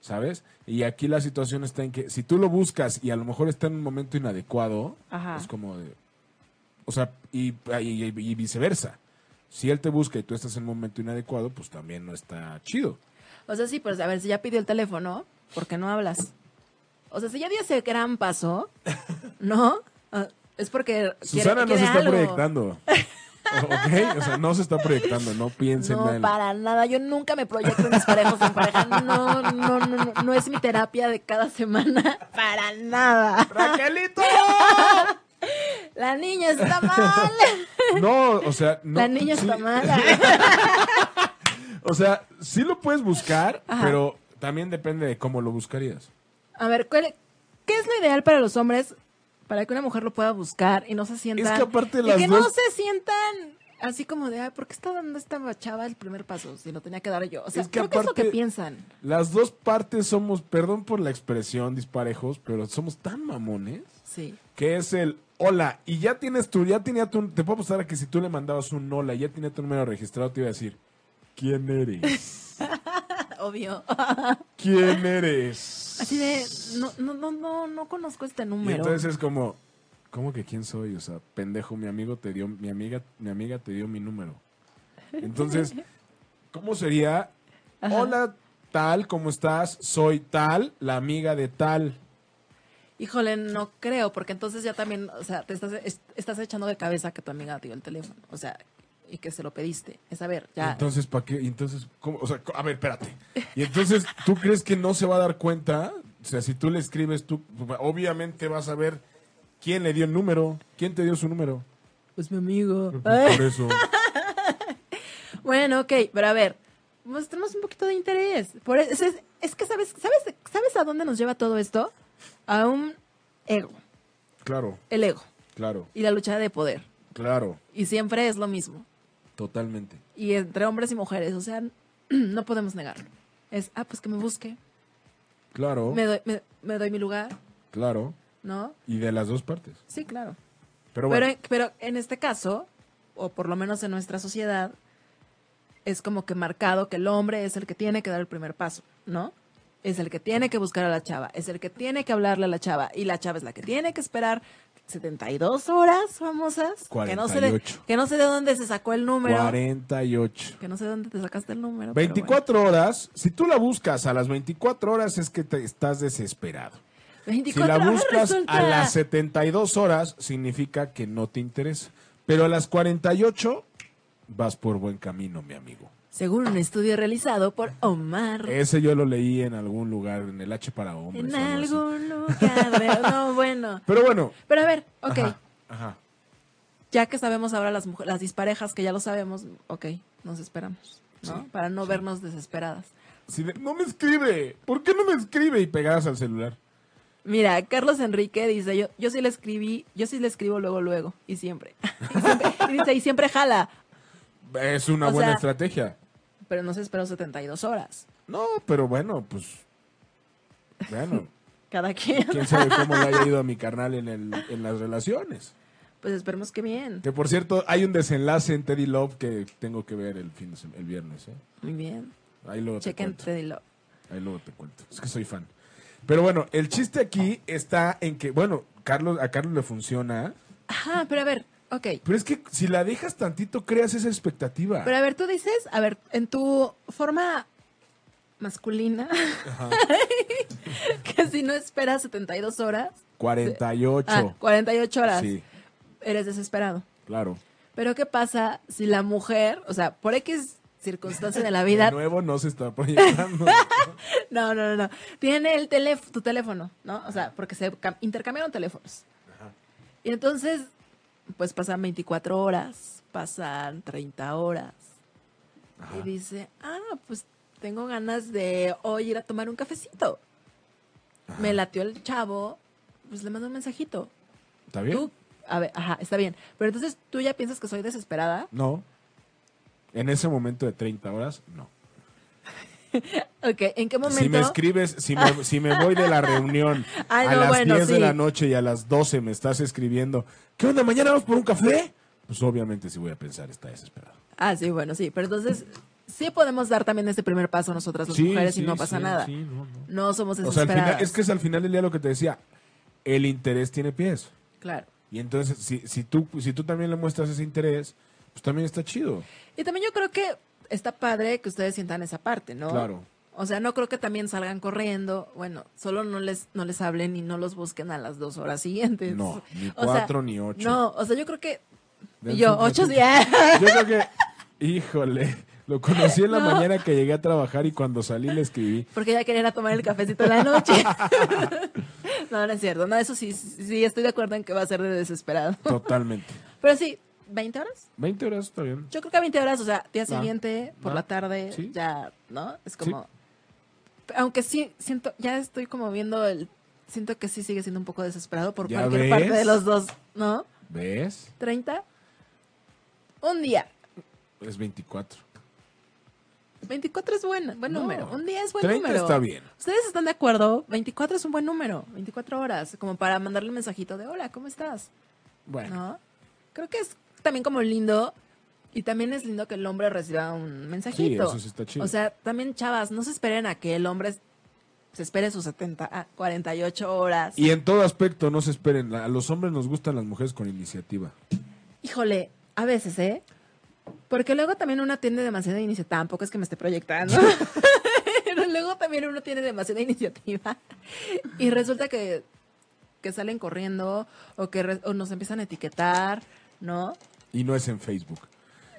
¿sabes? Y aquí la situación está en que si tú lo buscas y a lo mejor está en un momento inadecuado, Ajá. es como de... O sea, y, y- y viceversa. Si él te busca y tú estás en un momento inadecuado, pues también no está chido. O sea, sí, pero a ver, si ya pidió el teléfono, ¿por qué no hablas? O sea, si ya dio ese gran paso, ¿no? Ah, Es porque quiere- Susana no quiere se está algo. proyectando. ¿Ok? O sea, no se está proyectando, no piensen No, mal. para nada. Yo nunca me proyecto en mis parejas o en pareja. No, no, no, no, no es mi terapia de cada semana. Para nada. ¡Raquelito! La niña está mal. No, o sea, no. La niña sí, está mal. O sea, sí lo puedes buscar, pero también depende de cómo lo buscarías. A ver, ¿cuál- ¿qué es lo ideal para los hombres para que una mujer lo pueda buscar y no se sientan... Es que aparte y las que no dos- se sientan así como de, ay, ¿por qué está dando esta chava el primer paso si lo tenía que dar yo? O sea, Es que creo que es lo que aparte- piensan. Las dos partes somos, perdón por la expresión, disparejos, pero somos tan mamones Sí. que es el hola y ya tienes tu, ya tenía tu, te puedo apostar a que si tú le mandabas un hola y ya tenía tu número registrado, te iba a decir, ¿quién eres? Obvio. ¿Quién eres? Así de, no, no, no, no, no conozco este Y número. entonces es como, ¿cómo que quién soy? O sea, pendejo, mi amigo te dio, mi amiga, mi amiga te dio mi número. Entonces, ¿cómo sería? Hola, tal, ¿cómo estás? Soy tal, la amiga de tal. Híjole, no creo, porque entonces ya también, o sea, te estás, es- estás echando de cabeza que tu amiga te dio el teléfono, o sea, y que se lo pediste. Es a ver, ya. Entonces, ¿para qué? Y Entonces, ¿cómo? O sea, co- a ver, espérate. Y entonces, ¿tú crees que no se va a dar cuenta? O sea, si tú le escribes, tú obviamente vas a ver quién le dio el número, quién te dio su número. Pues mi amigo. Por eso. Bueno, ok, pero a ver, mostremos un poquito de interés. Por e- es, es- es que sabes, sabes, ¿sabes a dónde nos lleva todo esto? A un ego, Claro, el ego claro, y la lucha de poder. claro, Y siempre es lo mismo. totalmente. Y entre hombres y mujeres, o sea, no podemos negarlo. Es, ah, pues que me busque, Claro, me doy, me- me doy mi lugar, claro. ¿no? Y de las dos partes. Sí, claro. Pero bueno, Pero, pero en este caso, o por lo menos en nuestra sociedad, es como que marcado que el hombre es el que tiene que dar el primer paso, ¿no? Es el que tiene que buscar a la chava, es el que tiene que hablarle a la chava, y la chava es la que tiene que esperar 72 horas famosas. Que no sé de, 48. que no sé de dónde se sacó el número. 48. Que no sé de dónde te sacaste el número. pero 24 horas, si tú la buscas a las 24 horas es que te estás desesperado. bueno. Si 24 la horas buscas a resulta. las 72 horas significa que no te interesa. Pero a las 48 vas por buen camino, mi amigo. Según un estudio realizado por Omar. Ese yo lo leí en algún lugar, en el H para hombres. en o algo así. algún lugar. de- No, bueno. Pero bueno. Pero a ver, ok. Ajá, ajá. ya que sabemos ahora las mujeres, las disparejas que ya lo sabemos, ok, nos esperamos, ¿no? Para no vernos desesperadas. Si de- no me escribe. ¿Por qué no me escribe? Y pegadas al celular. Mira, Carlos Enrique dice, yo, yo sí le escribí, yo sí le escribo luego, luego, y siempre. y siempre, y dice, y siempre jala, Es una O buena sea, estrategia. pero no se esperó 72 horas. No, pero bueno, pues. Bueno, Cada quien. quién sabe cómo le haya ido a mi carnal en, el- en las relaciones. Pues esperemos que bien. Que por cierto, hay un desenlace en Teddy Love que tengo que ver el fin de sem- el viernes, ¿eh? Muy bien. Ahí luego te Chequen cuento. Teddy Love. Ahí luego te cuento. Es que soy fan. Pero bueno, el chiste aquí está en que, bueno, Carlos, a Carlos le funciona. Ajá, pero a ver, ok. Pero es que si la dejas tantito, creas esa expectativa. Pero a ver, tú dices, a ver, en tu forma masculina, que si no esperas 72 horas, 48. ah, 48 horas, Sí, eres desesperado. claro. Pero ¿qué pasa si la mujer, o sea, por X circunstancia de la De vida, nuevo no se está proyectando. no, no, no, no, tiene el teléfono, tu teléfono, ¿no? O sea, porque se cam- intercambiaron teléfonos. Y entonces, pues pasan 24 horas, pasan 30 horas. Y dice, ah, pues tengo ganas de hoy ir a tomar un cafecito. Me latió el chavo, pues le mando un mensajito. ¿Está bien? Tú, a ver, ajá, está bien. Pero entonces tú ya piensas que soy desesperada. No. En ese momento de 30 horas, no. Ok, ¿en qué momento? Si me escribes, si me, si me voy de la reunión Ay, a no, las bueno, 10 de sí. la noche y a las 12 me estás escribiendo, ¿qué onda? ¿Mañana vamos por un café? Pues obviamente si voy a pensar, está desesperado. Ah, sí, bueno, sí. Pero entonces, sí podemos dar también ese primer paso nosotras las Sí, mujeres y sí, no pasa sí, nada. sí, no, no. No somos O sea, al desesperadas. final, es que es al final del día lo que te decía, el interés tiene pies. Claro. Y entonces, si, si, tú, si tú también le muestras ese interés, pues también está chido. Y también yo creo que está padre que ustedes sientan esa parte, ¿no? Claro. O sea, no creo que también salgan corriendo. Bueno, solo no les, no les hablen y no los busquen a las dos horas siguientes. No, ni O sea, cuatro ni ocho. No, o sea, yo creo que. Dense yo, un ocho ratito. días. Yo creo que, híjole, lo conocí en la No. mañana que llegué a trabajar y cuando salí le escribí. Porque ya quería ir a tomar el cafecito en la noche. no, no es cierto. No, eso sí, sí, sí, estoy de acuerdo en que va a ser de desesperado. Totalmente. Pero sí, ¿20 horas? 20 horas está bien. Yo creo que a 20 horas, o sea, día Va. siguiente, por Va. la tarde, Sí. ya, ¿no? Es como. Aunque sí, siento, ya estoy como viendo el. Siento que sí sigue siendo un poco desesperado por ¿Ya cualquier ves? parte de los dos, ¿no? ¿Ves? 30. Un día. Es 24. 24 es buen, buen No. número. Un día es buen 30 número. está bien. ¿Ustedes están de acuerdo? 24 es un buen número. 24 horas. Como para mandarle un mensajito de hola, ¿cómo estás? Bueno, ¿No? Creo que es también como lindo. Y también es lindo que el hombre reciba un sí, mensajito. eso sí está chido. O sea, también, chavas, no se esperen a que el hombre se espere sus ah, 70, a 48 horas. y en todo aspecto, no se esperen. A los hombres nos gustan las mujeres con iniciativa. Híjole, a veces, ¿eh? Porque luego también uno tiene demasiada iniciativa. Tampoco es que me esté proyectando. Pero luego también uno tiene demasiada iniciativa. Y resulta que, que salen corriendo o que re- o nos empiezan a etiquetar, ¿no? Y no es en Facebook.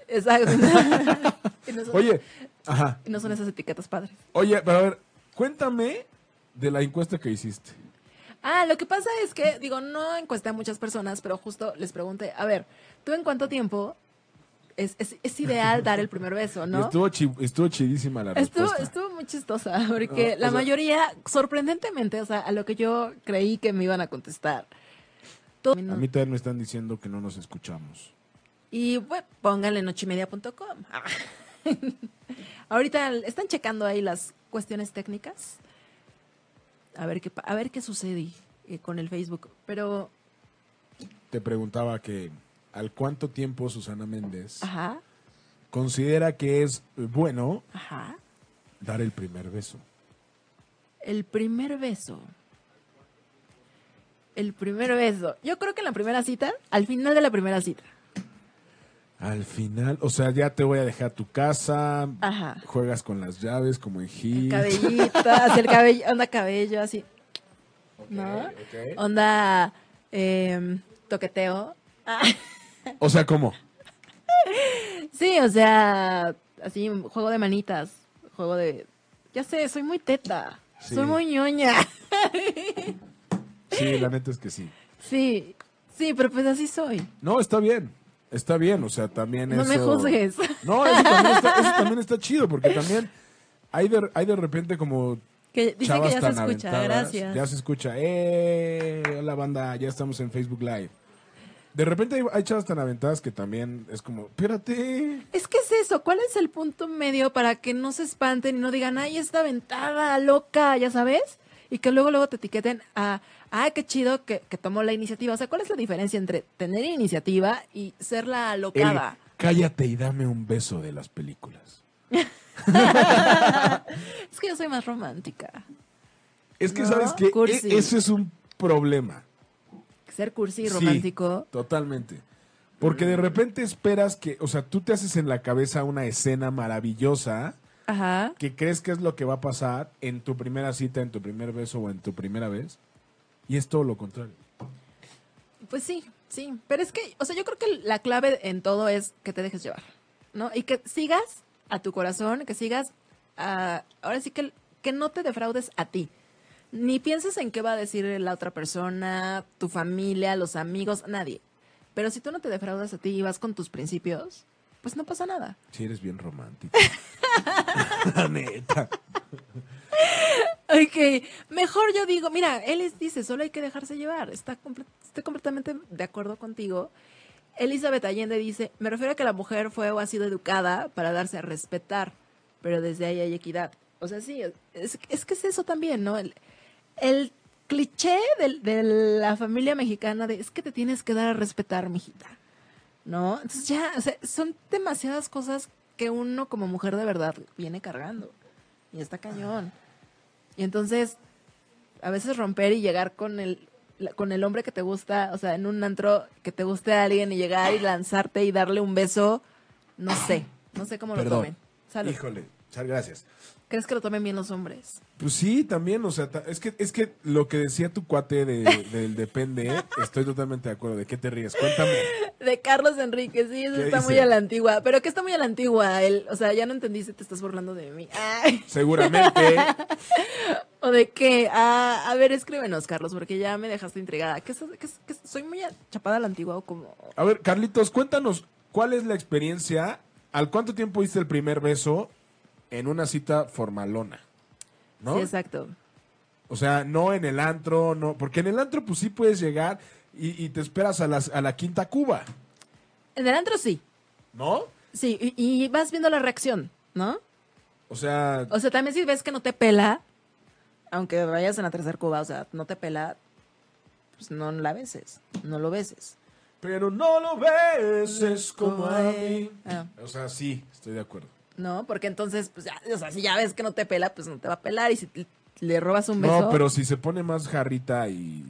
Exacto. Y no son- Oye, ajá. y no son esas etiquetas padres. Oye, pero a ver, cuéntame de la encuesta que hiciste. Ah, lo que pasa es que, digo, no encuesté a muchas personas, pero justo les pregunté, a ver, ¿tú en cuánto tiempo es, es- es ideal dar el primer beso, Y no? estuvo, chi- estuvo chidísima la Estuvo, respuesta. estuvo muy chistosa, porque Ah, o la sea- mayoría, sorprendentemente, o sea, a lo que yo creí que me iban a contestar. todo- A mí todavía me están diciendo que no nos escuchamos. Y bueno, pónganle nochimedia.com. Ah. Ahorita están checando ahí las cuestiones técnicas. A ver qué, pa- a ver qué sucede eh, con el Facebook. Pero, Te preguntaba que al cuánto tiempo Susana Méndez ajá, considera que es bueno ajá. dar el primer beso. El primer beso. El primer beso. Yo creo que en la primera cita, al final de la primera cita. Al final, o sea, ya te voy a dejar a tu casa, Ajá. juegas con las llaves como en El Gil. cabellito, así el cabello, onda cabello, así. ¿No? ok. Onda em, toqueteo. Ah, O sea, ¿cómo? sí, o sea, así, juego de manitas. Juego de. Ya sé, soy muy teta. Sí. Soy muy ñoña. Sí, la neta es que sí. Sí, sí, pero pues así soy. No, está bien. Está bien, o sea, también No eso... me juzgues. No, eso también, está, eso también está chido, porque también hay de, hay de repente como Que dicen que chavas ya se tan escucha, aventadas, gracias. Ya se escucha, ¡eh! Hola banda, ya estamos en Facebook Live. De repente hay, hay chavas tan aventadas que también es como, espérate. Es que es eso, ¿cuál es el punto medio para que no se espanten y no digan, ay, esta ventada loca, ya sabes? Y que luego, luego te etiqueten a, ah, qué chido que, que tomó la iniciativa. O sea, ¿cuál es la diferencia entre tener iniciativa y ser la el alocada? cállate y dame un beso de las películas. Es que yo soy más romántica. Es que, No, ¿sabes qué? E- cursi. Eso es un problema. Ser cursi y Sí. romántico. Totalmente. Porque de repente esperas que, o sea, tú te haces en la cabeza una escena maravillosa Ajá. que crees que es lo que va a pasar en tu primera cita, en tu primer beso o en tu primera vez. Y es todo lo contrario. Pues sí, sí. Pero es que, o sea, yo creo que la clave en todo es que te dejes llevar, ¿no? Y que sigas a tu corazón, que sigas a... Ahora sí que, que no te defraudes a ti. Ni pienses en qué va a decir la otra persona, tu familia, los amigos, nadie. Pero si tú no te defraudas a ti y vas con tus principios, pues no pasa nada. Si eres bien romántico. La neta. Ok, mejor yo digo, mira, él dice, solo hay que dejarse llevar, está comple- estoy completamente de acuerdo contigo. Elizabeth Allende dice, me refiero a que la mujer fue o ha sido educada para darse a respetar, pero desde ahí hay equidad. O sea, sí, es, es que es eso también, ¿no? El, el cliché del- de, la familia mexicana de, es que te tienes que dar a respetar, mijita, ¿no? Entonces ya, o sea, son demasiadas cosas que uno como mujer de verdad viene cargando. Y está cañón. Y entonces, a veces romper y llegar con el la- con el hombre que te gusta, o sea, en un antro que te guste a alguien y llegar y lanzarte y darle un beso, no sé, no sé cómo lo Perdón. tomen. Salud. Híjole, muchas gracias. ¿Crees que lo tomen bien los hombres? Pues sí, también, o sea, ta- es que, es que lo que decía tu cuate de- del depende, ¿eh? estoy totalmente de acuerdo. ¿De qué te ríes? Cuéntame. De Carlos Enrique, sí, eso ¿Qué está muy dice? a la antigua. Pero que está muy a la antigua, él, o sea, ya no entendiste, te estás burlando de mí. Ay, Seguramente. o de qué, Ah, a ver, escríbenos, Carlos, porque ya me dejaste intrigada. ¿Qué, es- qué es- qué es- soy muy a- chapada a la antigua o como A ver, Carlitos, cuéntanos, ¿cuál es la experiencia? ¿Al cuánto tiempo diste el primer beso en una cita formalona? ¿No? Sí, exacto. O sea, no en el antro, no, porque en el antro pues sí puedes llegar y, y te esperas a, las, a la quinta cuba, En el antro sí, ¿no? sí, y, y vas viendo la reacción, ¿no? O sea, O sea, también si ves que no te pela, aunque vayas en la tercera cuba, o sea, no te pela, pues no la beses, no lo beses. pero no lo beses como a mí. Ah. O sea, sí, estoy de acuerdo. ¿no? Porque entonces, pues ya, o sea, si ya ves que no te pela, pues no te va a pelar. Y si te- le robas un beso. No, pero si se pone más jarrita y...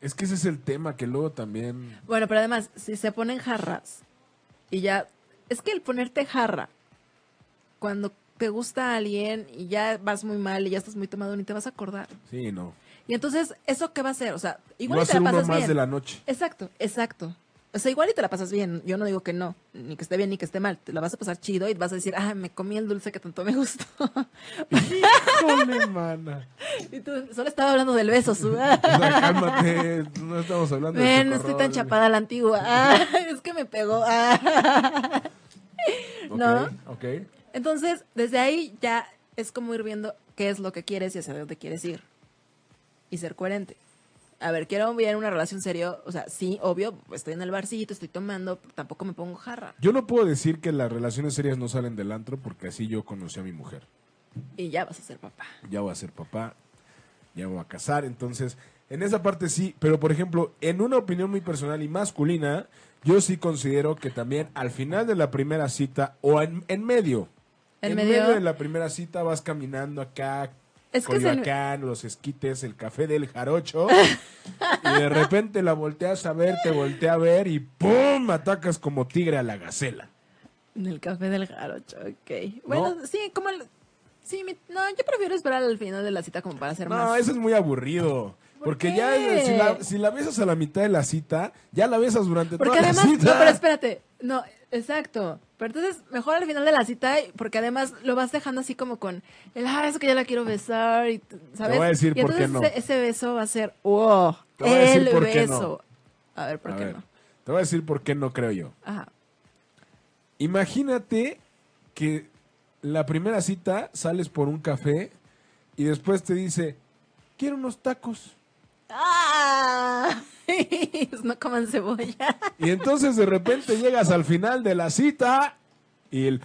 Es que ese es el tema que luego también... Bueno, pero además, si se ponen jarras y ya. Es que el ponerte jarra, cuando te gusta a alguien y ya vas muy mal y ya estás muy tomado, ni te vas a acordar. Sí, no. Y entonces, ¿eso qué va a hacer? O sea, igual Va y a te ser la uno pasas más bien. de la noche. Exacto, exacto. O sea, igual y te la pasas bien. Yo no digo que no, ni que esté bien ni que esté mal. Te la vas a pasar chido y vas a decir, ah, me comí el dulce que tanto me gustó. Híjole, mana. y tú solo estaba hablando del beso, su. O sea, cálmate, no estamos hablando de Ven, estoy socorrol. tan chapada a la antigua. Ah, es que me pegó. Ah. Ok, ¿no? Ok, Entonces, desde ahí ya es como ir viendo qué es lo que quieres y hacia dónde quieres ir. Y ser coherente. A ver, quiero vivir una relación serio. O sea, sí, obvio, estoy en el barcito, estoy tomando, tampoco me pongo jarra. Yo no puedo decir que las relaciones serias no salen del antro porque así yo conocí a mi mujer. Y ya vas a ser papá. ya voy a ser papá, ya me voy a casar. Entonces, en esa parte sí, pero por ejemplo, en una opinión muy personal y masculina, yo sí considero que también al final de la primera cita o en, en medio, En en medio. medio? de la primera cita vas caminando acá. Es que es en- Coyoacán, los esquites, el café del jarocho, y de repente la volteas a ver, te voltea a ver y ¡pum! atacas como tigre a la gacela. En el café del jarocho, ok. Bueno, No. sí, como el. Sí, mi- no, yo prefiero esperar al final de la cita como para hacer No, más. eso es muy aburrido. ¿Por Porque qué? ya es- si la, si la besas a la mitad de la cita, ya la besas durante Porque toda además, la no, cita. pero espérate, no, exacto. Pero entonces, mejor al final de la cita, y- porque además lo vas dejando así como con el, ah, eso que ya la quiero besar, y, t- ¿sabes? voy a decir y por qué entonces no. ese, ese beso va a ser, wow, Te voy a decir el por qué beso. A ver, ¿por A qué ver, no? Te voy a decir por qué no creo yo. Ajá. Imagínate que la primera cita sales por un café y después te dice, quiero unos tacos. ¡Ah! no coman cebolla. Y entonces de repente llegas al final de la cita y el...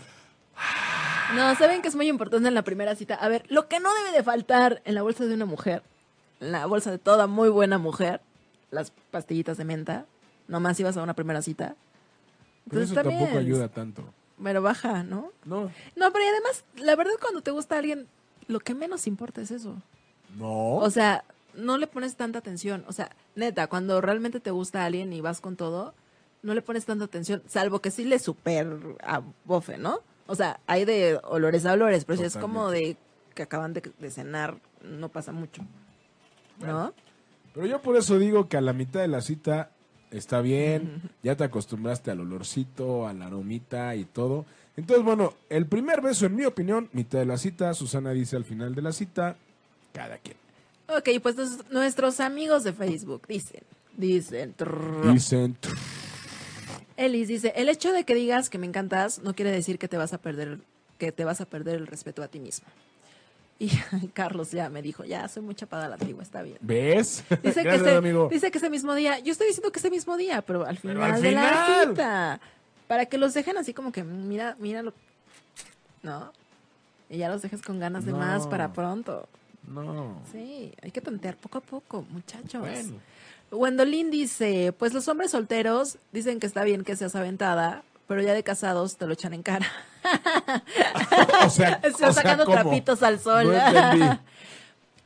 No, saben que es muy importante en la primera cita. A ver, lo que no debe de faltar en la bolsa de una mujer, en la bolsa de toda muy buena mujer, las pastillitas de menta. Nomás ibas a una primera cita. Pero Entonces eso Pues también, tampoco ayuda tanto. Pero baja, ¿no? No. No, pero y además, la verdad, cuando te gusta alguien, lo que menos importa es eso. No. O sea, no le pones tanta atención. O sea, neta, cuando realmente te gusta alguien y vas con todo, no le pones tanta atención, salvo que sí le super abofe, ¿no? O sea, hay de olores a olores, pero si es como de que acaban de, de cenar, no pasa mucho. ¿No? Pero yo por eso digo que a la mitad de la cita está bien, ya te acostumbraste al olorcito, a la aromita y todo. Entonces, bueno, el primer beso, en mi opinión, mitad de la cita, Susana dice al final de la cita, cada quien. Ok, pues nos- nuestros amigos de Facebook dicen, dicen, trrr, Dicen, "Tr- Elis dice, el hecho de que digas que me encantas no quiere decir que te vas a perder, que te vas a perder el respeto a ti mismo. Y Carlos ya me dijo, ya soy muy chapada a la antigua, está bien. ¿ves? Dice, que Gracias, ese, amigo. dice que ese mismo día, yo estoy diciendo que ese mismo día, pero al final, Pero al de la final. cita. Para que los dejen así como que, "Mm, mira, mira lo... ¿No? Y ya los dejes con ganas de más No. para pronto. No. Sí, hay que tontear poco a poco, muchachos. Bueno. Wendolin dice, pues los hombres solteros dicen que está bien que seas aventada, pero ya de casados te lo echan en cara. O sea, o Están sea, sacando ¿cómo? trapitos al sol. No entendí.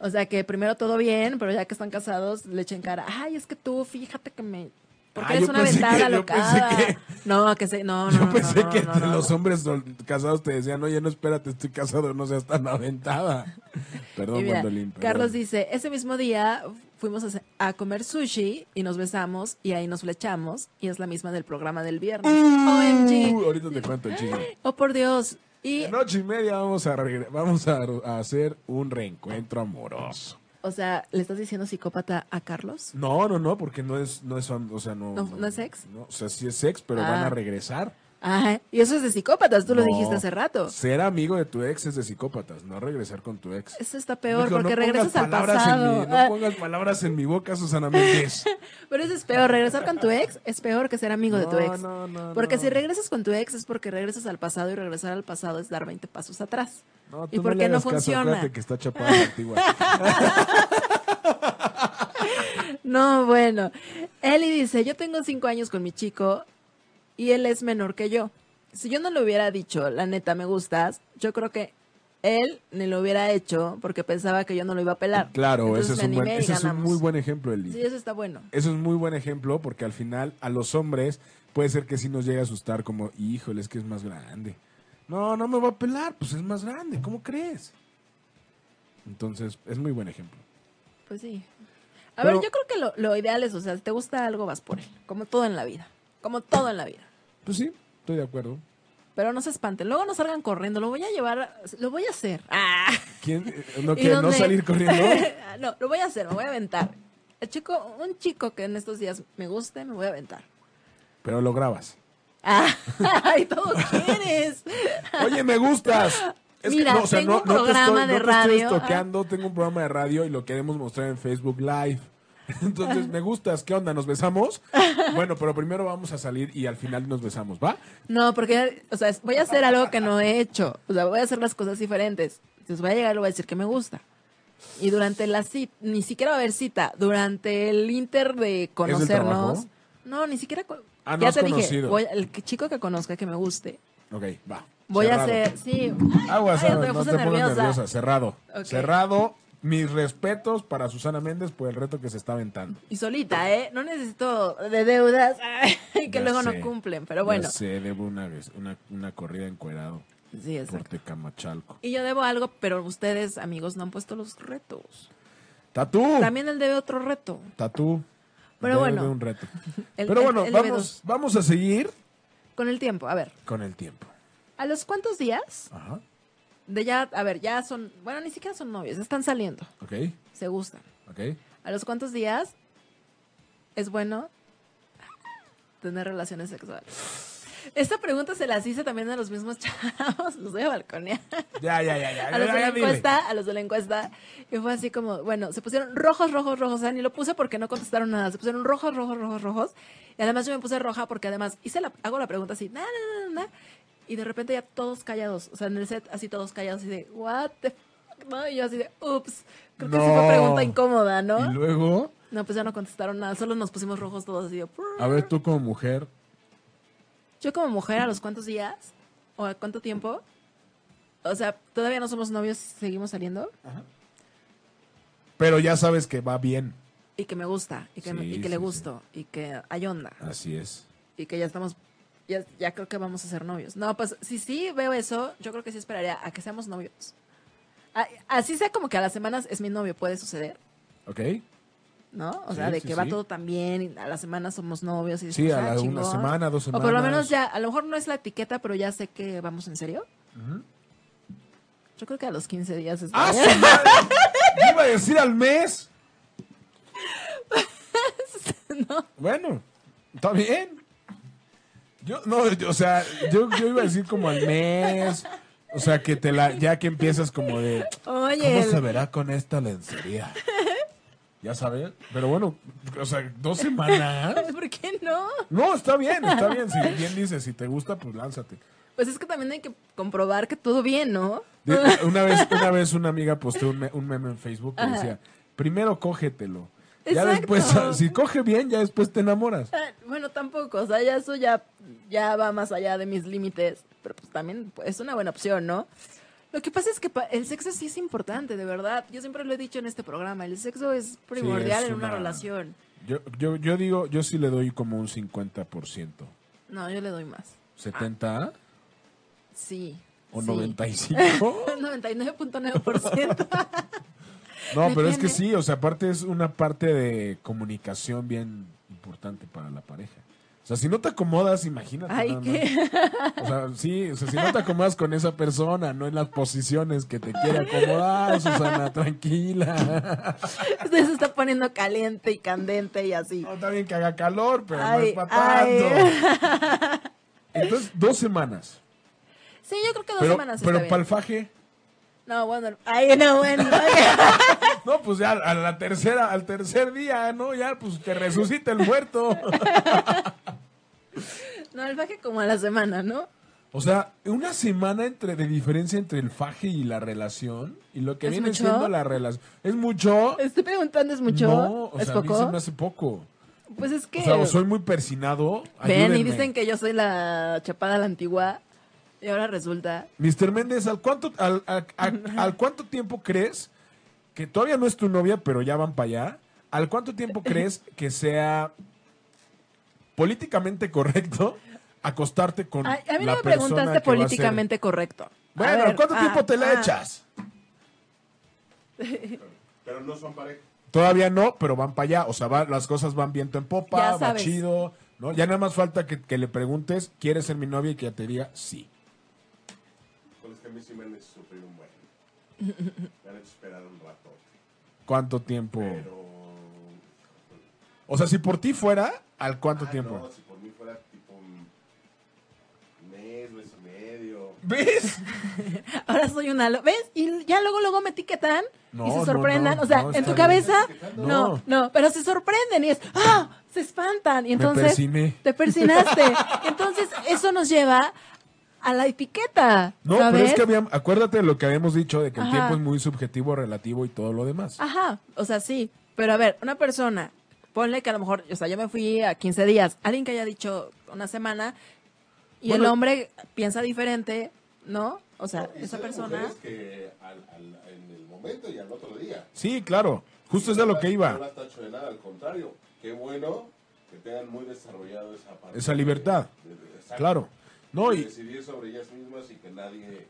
O sea que primero todo bien, pero ya que están casados, le echen cara. Ay, es que tú, fíjate que me. Porque Ah, eres yo una pensé ventana que- yo locada. pensé que- No, que se. No, no, Yo no, pensé no, no, que no, no, los no. hombres no- casados te decían, oye, no, espérate, estoy casado, no seas tan aventada. Y Perdón, mira, Mandolín. perdón. Carlos dice: Ese mismo día fuimos a, ce- a comer sushi y nos besamos y ahí nos flechamos y es la misma del programa del viernes. Uh, OMG. ahorita te cuento el chisme. Oh, por Dios. Y, En ocho y media vamos a, regre- vamos a, a hacer un reencuentro amoroso. o sea, ¿le estás diciendo psicópata a Carlos? No, no, no, porque no es, no es, o sea, no. No, ¿no es ex? no, o sea, sí es ex, pero Ah. van a regresar. Ajá. Y eso es de psicópatas, tú lo No. dijiste hace rato. Ser amigo de tu ex es de psicópatas, no regresar con tu ex. Eso está peor, Dijo, no porque pongas regresas al palabras en pasado. mi- no Ah. pongas palabras en mi boca, Susana Méndez. Pero eso es peor, regresar con tu ex es peor que ser amigo de tu No, ex. no, no, porque no. si regresas con tu ex es porque regresas al pasado y regresar al pasado es dar 20 pasos atrás. No, ¿Y tú por le qué no hagas caso, funciona? acuérdate que está chapada la antigua. No, bueno. Eli dice, yo tengo 5 años con mi chico y él es menor que yo. Si yo no le hubiera dicho, la neta, me gustas, yo creo que él ni lo hubiera hecho porque pensaba que yo no lo iba a pelar. Claro, Entonces ese es, un me buen, animé y ese es un ganamos. muy buen ejemplo, Eli. Sí, eso está bueno. Eso es muy buen ejemplo porque al final a los hombres puede ser que sí nos llegue a asustar como, híjole, es que es más grande. No, no me va a pelar, pues es más grande, ¿cómo crees? Entonces, es muy buen ejemplo. Pues sí. A Pero- ver, yo creo que lo, lo ideal es, o sea, si te gusta algo, vas por él. Como todo en la vida. Como todo en la vida. Pues sí, estoy de acuerdo. Pero no se espanten. Luego no salgan corriendo. Lo voy a llevar. Lo voy a hacer. Ah. ¿Quién eh, no ¿Y quiere no dónde? Ah, salir corriendo? no, lo voy a hacer. Me voy a aventar. El chico, un chico que en estos días me guste, me voy a aventar. Pero lo grabas. Ah. Ay, todo quieres. Oye, me gustas. que- Mira, o sea, tengo un te programa estoy- de no te estoy radio. estoqueando, tengo un programa de radio y lo queremos mostrar en Facebook Live. Entonces, me gustas, ¿qué onda? ¿Nos besamos? Bueno, pero primero vamos a salir y al final nos besamos, ¿va? No, porque, o sea, es- voy a hacer algo que no he hecho. O sea, voy a hacer las cosas diferentes. Entonces voy a llegar y le voy a decir que me gusta. Y durante la cita, ni siquiera va a haber cita, durante el inter de conocernos. trabajo? No, ni siquiera. co- Ah, no ya has te dije, conocido. voy- el que- chico que conozca que me guste, Ok, va. voy Cerrado. a hacer. Sí. Aguas, Ay, aguas, me no puse te pongas nerviosa. nerviosa. Cerrado. Ok. Cerrado. Mis respetos para Susana Méndez por el reto que se está aventando. Y solita, ¿eh? No necesito de deudas que Ya luego sé, no cumplen, pero bueno. Ya sé, debo una vez, una, una corrida encuerado Sí, por exacto. Tecamachalco. Y yo debo algo, pero ustedes, amigos, no han puesto los retos. ¡Tatú! También él debe otro reto. ¡Tatú! Pero Debe bueno. de un reto. El- Pero el- bueno, el debe vamos, vamos a seguir Con el tiempo, a ver, con el tiempo. ¿a los cuántos días Ajá. de ya, a ver, ya son, bueno, ni siquiera son novios, están saliendo, Ok, se gustan. ok. ¿A los cuántos días es bueno tener relaciones sexuales? Esta pregunta se las hice también a los mismos chavos, los voy a balconear. Ya, ya, ya, ya. A los ya, de la ya, dile. encuesta, a los de la encuesta, y fue así como, bueno, se pusieron rojos, rojos, rojos, o sea, ni lo puse porque no contestaron nada, se pusieron rojos, rojos, rojos, rojos, y además yo me puse roja porque además hice la, hago la pregunta así, na, na, na, na, na, y de repente ya todos callados, o sea, en el set así todos callados, así de, what the fuck, ¿no? Y yo así de, ups, creo que sí No. fue pregunta incómoda, Y ¿no? luego, No, pues ya no contestaron nada, solo nos pusimos rojos todos así de, "Prr". a ver, tú como mujer, Yo como mujer, ¿a los cuántos días? ¿O a cuánto tiempo? O sea, todavía no somos novios, seguimos saliendo. pero ya sabes que va bien. y que me gusta y que, me- y Sí, que le sí, Ah. gusto y que hay onda Así es. y que ya estamos ya, ya creo que vamos a ser novios no pues si sí veo eso yo creo que sí esperaría a que seamos novios A- así sea como que a las semanas es mi novio puede suceder ¿Ok? no o Sí, sea de sí, que va sí. todo tan bien y a las semanas somos novios y Sí, después, a ah, la- una chingón. semana, dos o semanas. por lo menos ya a lo mejor no es la etiqueta pero ya sé que vamos en serio yo creo que a los 15 días es ¡Ah, su madre! Yo iba a decir al mes. Bueno, está bien. Yo, no, yo- o sea, yo, yo iba a decir como al mes. O sea, que te la, ya que empiezas como de, oye ¿cómo el- se verá con esta lencería? Ya sabes, pero bueno, o sea, dos semanas. ¿por qué no? No, está bien, está bien. Si bien dices, si te gusta, pues lánzate. pues es que también hay que comprobar que todo bien ¿no? De- una, vez, una vez una amiga posteó un, me- un meme en Facebook que decía, primero cógetelo, Ya Exacto. después, si coge bien, ya después te enamoras. Ah, Bueno, tampoco, o sea, ya eso ya, ya va más allá de mis límites, pero pues también pues, es una buena opción, ¿no? Lo que pasa es que pa- el sexo sí es importante, de verdad. Yo siempre lo he dicho en este programa, el sexo es primordial es en una una- relación. Yo, yo, yo digo, yo sí le doy como un 50%. No, yo le doy más. ¿70 Sí. o sí. 95? 99.9%. No, Me pero es que tiene. sí, o sea, aparte es una parte de comunicación bien importante para la pareja. O sea, si no te acomodas, imagínate. Ay, nada más. qué. O sea, sí, o sea, si no te acomodas con esa persona, no en las posiciones que te quiere acomodar, Susana, tranquila. Usted se está poniendo caliente y candente y así. No, está bien que haga calor, pero no Ay, es para ay. tanto. Entonces, dos semanas. Sí, yo creo que dos Pero, semanas pero está para el bien. faje, No, bueno. Ay, no, bueno. no, pues ya a la tercera, al tercer día, ¿no? Ya, pues que resucite el muerto. No, el baje como a la semana, ¿no? O sea, una semana entre de diferencia entre el faje y la relación y lo que ¿Es viene mucho? siendo la relación. ¿Es mucho? Estoy preguntando, ¿es mucho? No, o ¿Es sea, poco? a mí se me hace poco. Pues es que O sea, o soy muy persinado. ven y ayúdenme. dicen que yo soy la chapada a la antigua y ahora resulta. Mr. Méndez, ¿al cuánto, al, a- a- al cuánto tiempo crees que todavía no es tu novia, pero ya van para allá? ¿Al cuánto tiempo crees que sea políticamente correcto acostarte con Ay, a mí la no persona me que preguntaste va a ser- políticamente correcto. A Bueno, ver, ¿cuánto ah, tiempo te la ah. echas? Pero no son pareja. Todavía no, pero van para allá. O sea, va- las cosas van viento en Ya popa, va sabes. chido. ¿no? Ya nada más falta que, que le preguntes, ¿quieres ser mi novia? Y que ya te diga sí. Con los que a mí sí me han hecho sufrir un buen. Me han hecho esperar un rato. ¿Cuánto tiempo? Pero. O sea, si por ti fuera, ¿al cuánto Ah, tiempo? No, si por mí fuera tipo un mes, mes y medio. ¿Ves? Ahora soy una. lo- ¿Ves? Y ya luego, luego me etiquetan No, y no, se sorprendan. no, o sea, no, en está tu bien. cabeza. No. No. no, pero se sorprenden y es. ¡Ah! Se espantan. Y Me entonces. persiné. te persinaste. Entonces, eso nos lleva a la etiqueta. No, ¿sabes? pero es que habíamos, acuérdate de lo que habíamos dicho, de que el Ajá. Ah. tiempo es muy subjetivo, relativo y todo lo demás. Ajá, o sea, sí. Pero a ver, una persona, ponle que a lo mejor, o sea, yo me fui a 15 días, alguien que haya dicho una semana y el Bueno. hombre piensa diferente, ¿no? O sea, Y esa son persona. mujeres que al, al- en el momento y al otro día. Sí, claro, justo es a lo que No iba, las tacho de nada, al contrario. Qué bueno que tengan muy desarrollado esa parte. Esa libertad. de- de- de- exacto. claro. No, y y decidir sobre ellas mismas y que nadie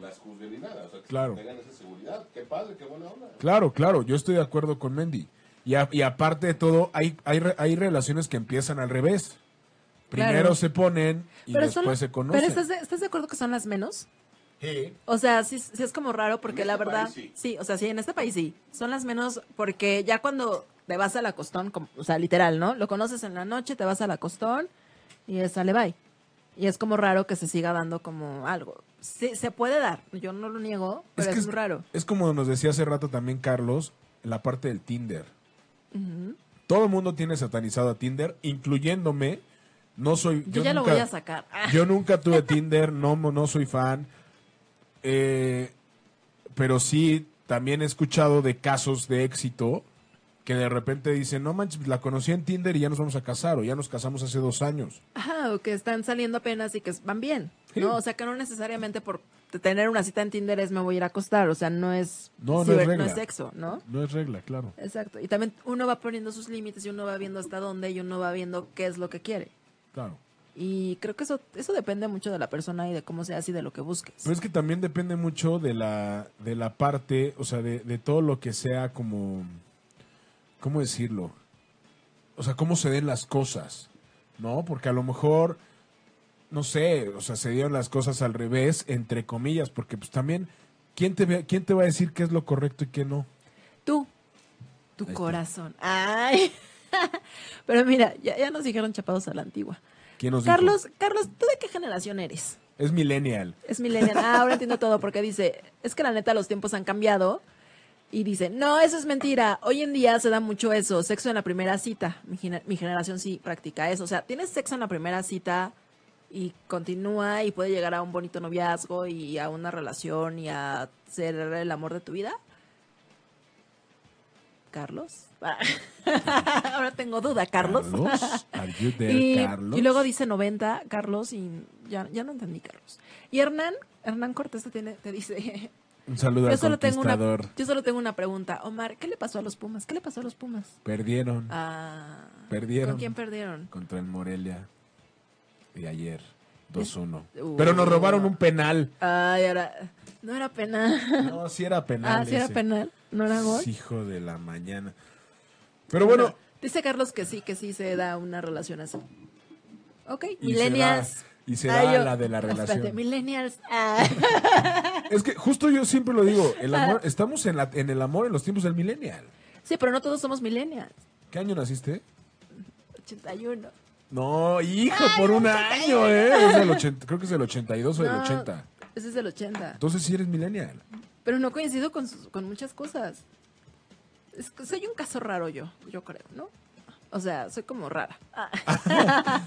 las juzgue ni nada. O sea, que Claro. tengan esa seguridad. Qué padre, qué buena onda. claro, claro, yo estoy de acuerdo con Mendy. Y, a- y aparte de todo, hay, hay, re- hay relaciones que empiezan al revés. Primero Claro. se ponen y pero son- después se pero conocen. ¿estás, de, estás de acuerdo que son las menos? O sea, sí, sí es como raro porque En la este verdad. país, sí. o sea, sí, en este país sí. Son las menos porque ya cuando te vas a la costón, como- o sea, literal, ¿no? Lo conoces en la noche, te vas a la costón y es sale bye. Y es como raro que se siga dando como algo. Sí, se puede dar, yo no lo niego, pero es, que muy raro. Es como nos decía hace rato también Carlos, en la parte del Tinder. Todo el mundo tiene satanizado a Tinder, incluyéndome. No soy. Yo, ya nunca- lo voy a sacar. Ah, Yo nunca tuve Tinder, no, mo- no soy fan. Eh, pero sí, también he escuchado de casos de éxito que de repente dicen, no manches, la conocí en Tinder y ya nos vamos a casar, o ya nos casamos hace dos años. Ajá, o que están saliendo apenas y que van bien. Sí. No, o sea, que no necesariamente por tener una cita en Tinder es me voy a ir a acostar, o sea, no es No, no es no regla. es sexo, ¿no? No es regla, claro. Exacto. Y también uno va poniendo sus límites y uno va viendo hasta dónde y uno va viendo qué es lo que quiere. Claro. Y creo que eso, eso depende mucho de la persona y de cómo seas y de lo que busques. Pero es que también depende mucho de la, de la parte, o sea, de, de todo lo que sea como, ¿cómo decirlo? O sea, cómo se den las cosas, ¿no? Porque a lo mejor, no sé, o sea, se dieron las cosas al revés, entre comillas, porque pues también, ¿quién te, ve- quién te va a decir qué es lo correcto y qué no? Tú, tu está. corazón. Ay. Pero mira, ya, ya nos dijeron chapados a la antigua. ¿Quién nos dijo? Carlos, Carlos, ¿tú de qué generación eres? Es millennial. Es millennial. Ah, ahora entiendo todo porque dice, es que la neta los tiempos han cambiado. Y dice, no, eso es mentira. Hoy en día se da mucho eso, sexo en la primera cita. Mi, gener- mi generación sí practica eso. O sea, tienes sexo en la primera cita y continúa y puede llegar a un bonito noviazgo y a una relación y a ser el amor de tu vida. Carlos. Ahora tengo duda, Carlos. Are you there, y, Carlos? y luego dice 90, Carlos, y ya, ya no entendí, Carlos. Y Hernán, Hernán Cortés te, tiene- te dice, Un saludo yo al solo, tengo una, conquistador. yo solo tengo una pregunta. Omar, ¿qué le pasó a los Pumas? ¿Qué le pasó a los Pumas? Perdieron Ah, Perdieron. ¿Con quién perdieron? contra el Morelia de ayer. 2-1. Uh. Pero nos robaron un penal. Ay, ahora, no era penal. No, sí era penal. Ah, sí era ese. penal, no era gol. Hijo de la mañana. Pero bueno, Dice Carlos que sí, que sí se da una relación así. Ok, y se da, millennials. y se Ay, da yo- la de la espérate, relación. millennials. Ah. Es que justo yo siempre lo digo, el amor, estamos en, la- en el amor en los tiempos del millennial. Sí, pero no todos somos millennials. ¿Qué año naciste? 81. No, hijo, por un año, ¿eh? Es del 80 creo que es del 82 o del No, 80. Ese es del 80. Entonces sí eres millennial. Pero no coincido con, sus- con muchas cosas. Es que soy un caso raro yo, yo creo, ¿no? O sea, soy como rara. Ah.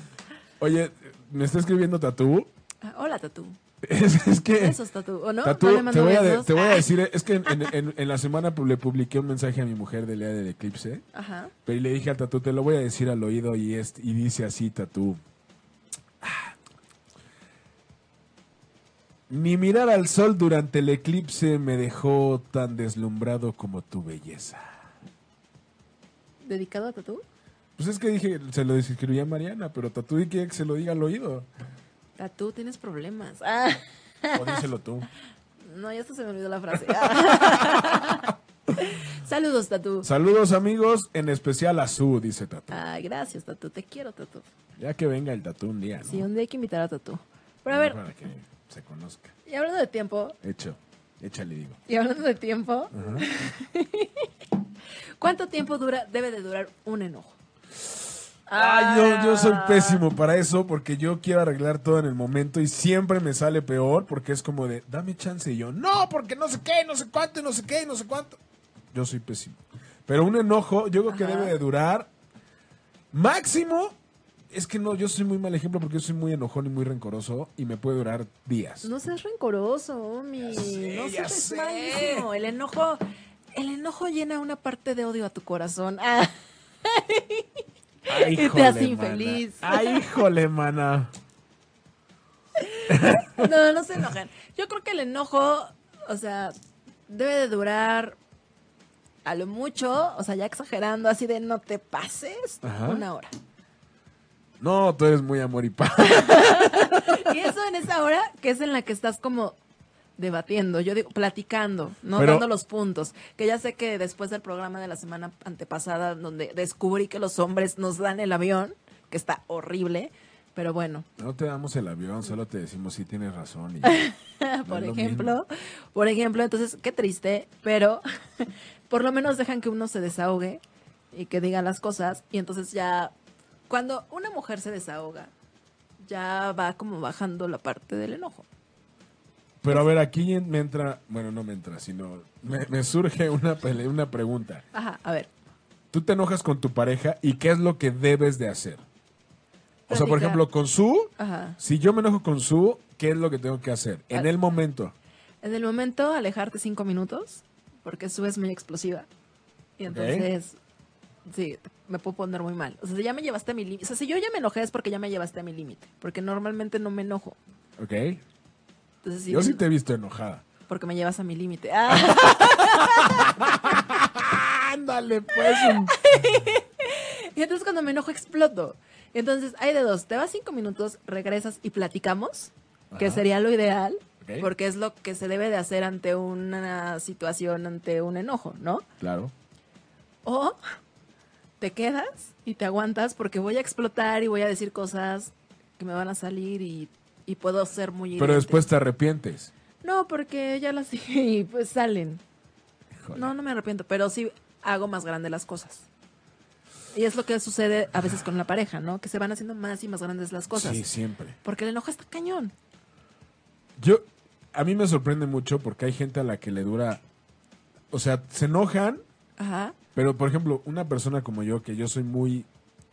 Oye, me está escribiendo Tatú. Ah, Hola, Tatú. Es, es que... Besos, Tatú. ¿O no? Tatú, No le te mando voy, a, de- besos. te voy a Ah. decir, es que en, en- en- en la semana pu- le publiqué un mensaje a mi mujer del día del eclipse, Ah. Ajá. pero le dije al Tatú, te lo voy a decir al oído y, es, y dice así, Tatú. "Ah, Ni mirar al sol durante el eclipse me dejó tan deslumbrado como tu belleza. ¿Dedicado a Tatú? Pues es que dije, se lo describí a Mariana, pero Tatú quiere que se lo diga al oído. Tatú, tienes problemas. Ah. O díselo tú. No, ya hasta se me olvidó la frase. Ah. Saludos, Tatú. Saludos amigos, en especial a Su, dice Tatú. Ay, gracias, Tatú. Te quiero, Tatú. Ya que venga el Tatú un día, ¿no? Sí, un día hay que invitar a Tatú. Pero a ver, Para que se conozca. y hablando de tiempo, Hecho. Échale, digo. y hablando de tiempo, ¿cuánto tiempo dura, debe de durar un enojo? Ay, yo, yo soy Ah. pésimo para eso porque yo quiero arreglar todo en el momento y siempre me sale peor porque es como de, dame chance. Y yo, no, porque no sé qué, no sé cuánto, y no sé qué, y no sé cuánto. Yo soy pésimo. Pero un enojo, yo creo que Ajá. debe de durar máximo. Es que no, yo soy muy mal ejemplo porque yo soy muy enojón y muy rencoroso y me puede durar días. No seas rencoroso, Omi. sé, no ya seas sé. malísimo. El enojo, el enojo llena una parte de odio a tu corazón. Ah, Ay, Y te híjole, hace mana. infeliz. Ay, híjole, mana. no, no se enojen. Yo creo que el enojo, o sea, debe de durar a lo mucho, o sea, ya exagerando, así de no te pases, Ajá. una hora. No, tú eres muy amor y paz. Y eso en esa hora que es en la que estás como debatiendo, yo digo, platicando, no Pero- dando los puntos. Que ya sé que después del programa de la semana antepasada, donde descubrí que los hombres nos dan el avión, que está horrible, pero bueno, No te damos el avión, solo te decimos si tienes razón. Y por es lo ejemplo, por ejemplo, entonces, qué triste, pero por lo menos dejan que uno se desahogue y que diga las cosas. Y entonces ya, cuando una mujer se desahoga, ya va como bajando la parte del enojo. Pero a ver, aquí en- me entra, bueno, no me entra, sino me, me surge una, pele- una pregunta. Ajá, a ver. Tú te enojas con tu pareja y qué es lo que debes de hacer. O sea, por Platicar. ejemplo, con su, Ajá. si yo me enojo con su, ¿qué es lo que tengo que hacer? En Al- el momento. En el momento, alejarte cinco minutos, porque su es muy explosiva. Y Ok. entonces, sí, me puedo poner muy mal. O sea, si ya me llevaste a mi límite. O sea, si yo ya me enojé es porque ya me llevaste a mi límite. Porque normalmente no me enojo. ¿Ok? Entonces, si Yo sí me- te he visto enojada. Porque me llevas a mi límite. Ah, Ándale, pues. y entonces cuando me enojo exploto. Entonces, hay de dos. Te vas cinco minutos, regresas y platicamos, que Ajá. sería lo ideal, Ok. porque es lo que se debe de hacer ante una situación, ante un enojo, ¿no? Claro. O te quedas y te aguantas porque voy a explotar y voy a decir cosas que me van a salir y, y puedo ser muy Pero hiriente. después te arrepientes. No, porque ya las dije y pues salen. Híjole. No, no me arrepiento, pero sí hago más grande las cosas. Y es lo que sucede a veces con la pareja, ¿no? Que se van haciendo más y más grandes las cosas. Sí, siempre. Porque el enojo está cañón. Yo, a mí me sorprende mucho porque hay gente a la que le dura, o sea, se enojan, Ajá. pero por ejemplo, una persona como yo, que yo soy muy,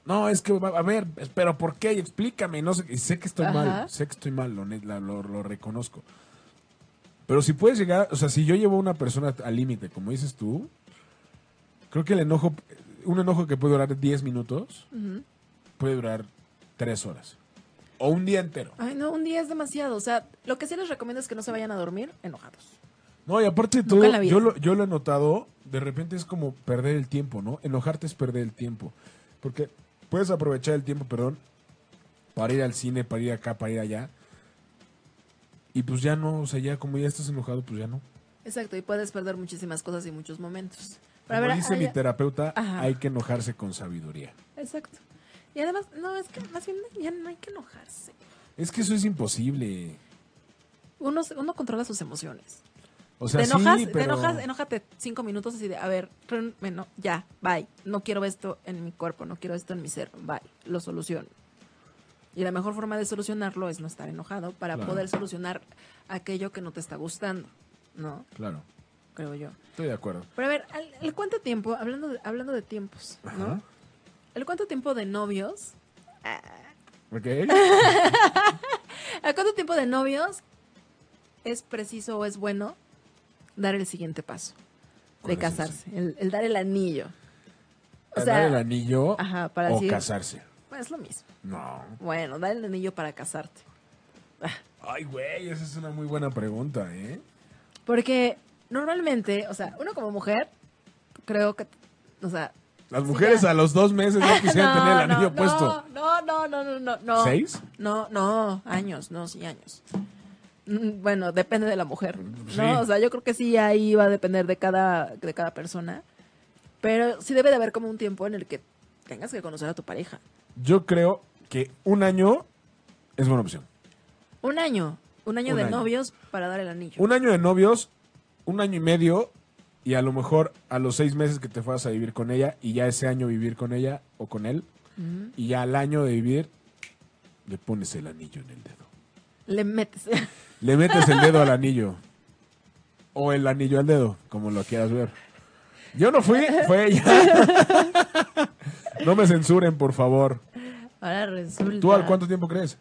no, es que, va- a ver, es- pero ¿por qué? Explícame, y no sé, y sé que estoy Ajá. mal, sé que estoy mal, lo, ne- la- lo, lo reconozco. Pero si puedes llegar, o sea, si yo llevo a una persona al límite, como dices tú, Creo que el enojo, un enojo que puede durar 10 minutos, Ujú. puede durar 3 horas. O un día entero. Ay, no, un día es demasiado. O sea, lo que sí les recomiendo es que no se vayan a dormir enojados. No, y aparte de Nunca en la todo, vida. yo lo, yo lo he notado, de repente es como perder el tiempo, ¿no? Enojarte es perder el tiempo. Porque puedes aprovechar el tiempo, perdón, para ir al cine, para ir acá, para ir allá. Y pues ya no, o sea, ya como ya estás enojado, pues ya no. Exacto, y puedes perder muchísimas cosas y muchos momentos. Pero a Como ver, dice ay, mi terapeuta, Ajá. hay que enojarse con sabiduría. Exacto. Y además, no, es que más bien ya no hay que enojarse. Es que eso es imposible. Uno, se- uno controla sus emociones. O sea, te enojas, sí, te pero... enojas, enójate cinco minutos así de, a ver, ren- bueno, ya, bye. No quiero esto en mi cuerpo, no quiero esto en mi ser, bye. Lo soluciono. Y la mejor forma de solucionarlo es no estar enojado para Claro. poder solucionar aquello que no te está gustando, ¿no? Claro, Creo yo. estoy de acuerdo. Pero a ver, ¿al- ¿el cuánto tiempo, hablando de, hablando de tiempos, ¿no? Ajá. ¿El cuánto tiempo de novios? ¿Ok? ¿A Ah, cuánto tiempo de novios es preciso o es bueno dar el siguiente paso ¿Cuál de es casarse? El, el dar el anillo. ¿Dar O sea, el anillo ajá, o para decir- casarse? bueno, es lo mismo. No. Bueno, dar el anillo para casarte. Ay, güey, esa es una muy buena pregunta, ¿eh? Porque normalmente, o sea, uno como mujer, creo que, o sea... Las sí, mujeres ya. a los dos meses no quisieran tener el no, anillo no, puesto. No, no, no, no, no, no. ¿Seis? No, no, años, no, sí, años. Mm, Bueno, depende de la mujer, ¿no? Sí. O sea, yo creo que sí ahí va a depender de cada, de cada persona. Pero sí debe de haber como un tiempo en el que tengas que conocer a tu pareja. Yo creo que un año es buena opción. Un año, un año Un de año. novios para dar el anillo. Un año de novios, un año y medio, y a lo mejor a los seis meses que te fueras a vivir con ella, y ya ese año vivir con ella o con él, Ujú. y ya al año de vivir, le pones el anillo en el dedo. Le metes. Le metes el dedo al anillo. O el anillo al dedo, como lo quieras ver. Yo no fui, fue ella. No me censuren, por favor. Ahora resulta. ¿Tú al cuánto tiempo crees?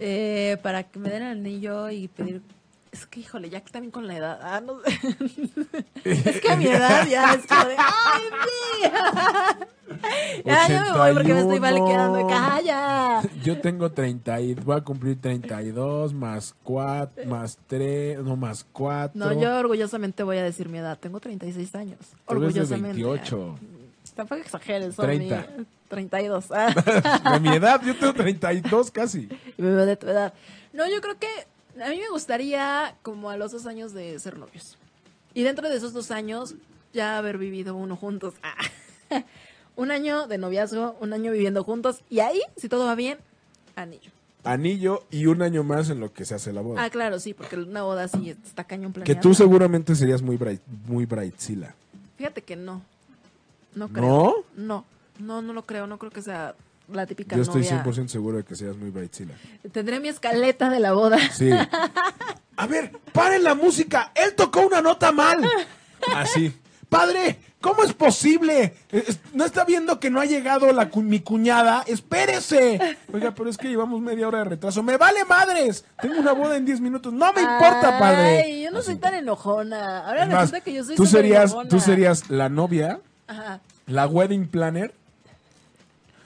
Eh, para que me den el anillo y pedir. Es que, híjole, ya que también con la edad. Ah, no sé. es que a mi edad ya es como de. ¡Ay, sí! ya, ya me voy porque me estoy mal quedando. 81. ¡Calla! Yo tengo 30 y voy a cumplir 32 más 4, más 3, no más 4. No, yo orgullosamente voy a decir mi edad. Tengo 36 años. Tú eres de Orgullosamente. 28. Ay, Tampoco exageres, son 30. mi- 32. Ah. De mi edad, yo tengo 32 casi. Y me veo de tu edad. No, yo creo que a mí me gustaría como a los dos años de ser novios. Y dentro de esos dos años, ya haber vivido uno juntos. Ah. un año de noviazgo, un año viviendo juntos. Y ahí, si todo va bien, anillo. Anillo y un año más en lo que se hace la boda. Ah, claro, sí, porque una boda sí está cañón que planeada. tú seguramente serías muy, bright, muy brightzilla. Fíjate que no. No ¿No? creo. No. No, no, lo creo. No creo que sea la típica Yo estoy novia. 100% seguro de que seas muy Brightzilla. Tendré mi escaleta de la boda. Sí. A ver, paren la música. Él tocó una nota mal. Así. Padre, ¿cómo es posible? Eh, es- No está viendo que no ha llegado la cu- mi cuñada. Espérese. Oiga, pero es que llevamos media hora de retraso. Me vale madres. Tengo una boda en 10 minutos. No me importa, padre. Ay, yo no soy Así. tan enojona. Ahora Es más, resulta que yo soy tú súper serías, enojona. tú serías la novia, Ajá, la wedding planner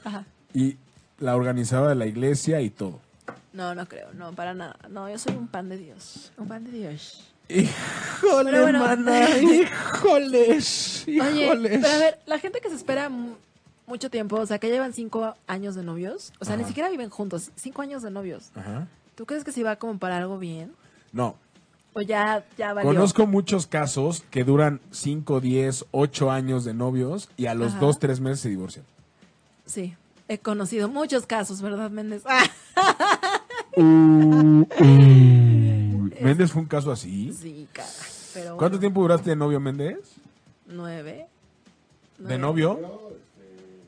ajá. y la organizadora de la iglesia y todo. No, no creo, no, para nada. No, yo soy un pan de Dios. Un pan de Dios. Híjole, Pero bueno. hermana, híjoles, Oye, híjoles. pero a ver, la gente que se espera mu- mucho tiempo, o sea, que llevan cinco años de novios, o sea, ni Ajá. siquiera viven juntos, cinco años de novios. Ajá. ¿Tú crees que si va como para algo bien? No, O ya, ya valió. conozco muchos casos que duran 5, 10, 8 años de novios y a los Ajá. 2, 3 meses se divorcian. Sí, he conocido muchos casos, ¿verdad, Méndez? Ah, Méndez fue un caso así. sí, cara. Pero ¿Cuánto bueno, tiempo duraste de novio, Méndez? Nueve. ¿De Nueve, novio? Yo, este,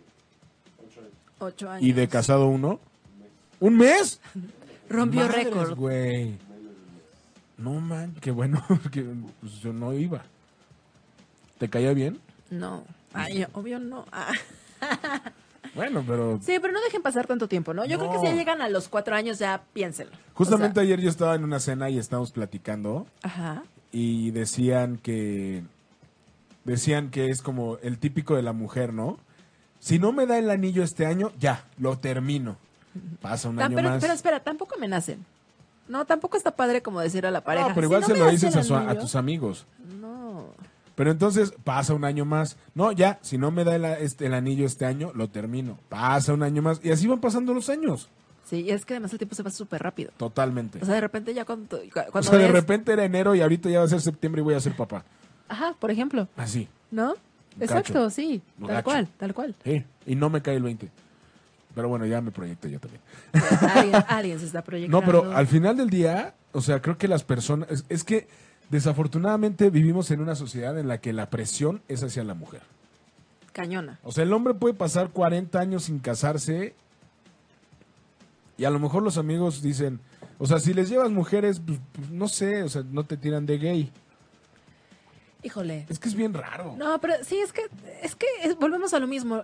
ocho años. Ocho años. ¿Y de casado uno? ¿Un mes? Rompió Madres, récord. güey. No, man, qué bueno, porque pues, yo no iba. ¿Te caía bien? No. Ay, obvio no. Ah. Bueno, pero Sí, pero no dejen pasar tanto tiempo, ¿no? Yo creo que No. si ya llegan a los cuatro años, ya piénsenlo. Justamente O sea, ayer yo estaba en una cena y estábamos platicando ajá. y decían que decían que es como el típico de la mujer, ¿no? Si no me da el anillo este año, ya, lo termino. Pasa un Tan- año Ah, pero, más. pero espera, tampoco amenacen. No, tampoco está padre como decir a la pareja. no, pero "Si igual se me lo das dices el a, su- a anillo", tus amigos. No. Pero entonces pasa un año más. No, ya, si no me da el, a- este- el anillo este año, lo termino. Pasa un año más. Y así van pasando los años. Sí, y es que además el tiempo se pasa súper rápido. Totalmente. O sea, de repente ya cuando. cu- O cuando sea, de ves- repente era enero y ahorita ya va a ser septiembre y voy a ser papá. Ajá, por ejemplo, Así. ¿no? Gacho. Exacto, sí. Tal Gacho. cual, tal cual. Sí. Y no me cae el 20. Pero bueno, ya me proyecto yo también. Alguien, alguien se está proyectando. No, pero al final del día, o sea, creo que las personas. Es, es que desafortunadamente vivimos en una sociedad en la que la presión es hacia la mujer. Cañona. O sea, el hombre puede pasar 40 años sin casarse. Y a lo mejor los amigos dicen. O sea, si les llevas mujeres, pues, pues, no sé, o sea, no te tiran de gay. Híjole. Es que es bien raro. No, pero sí, es que, es que es- volvemos a lo mismo.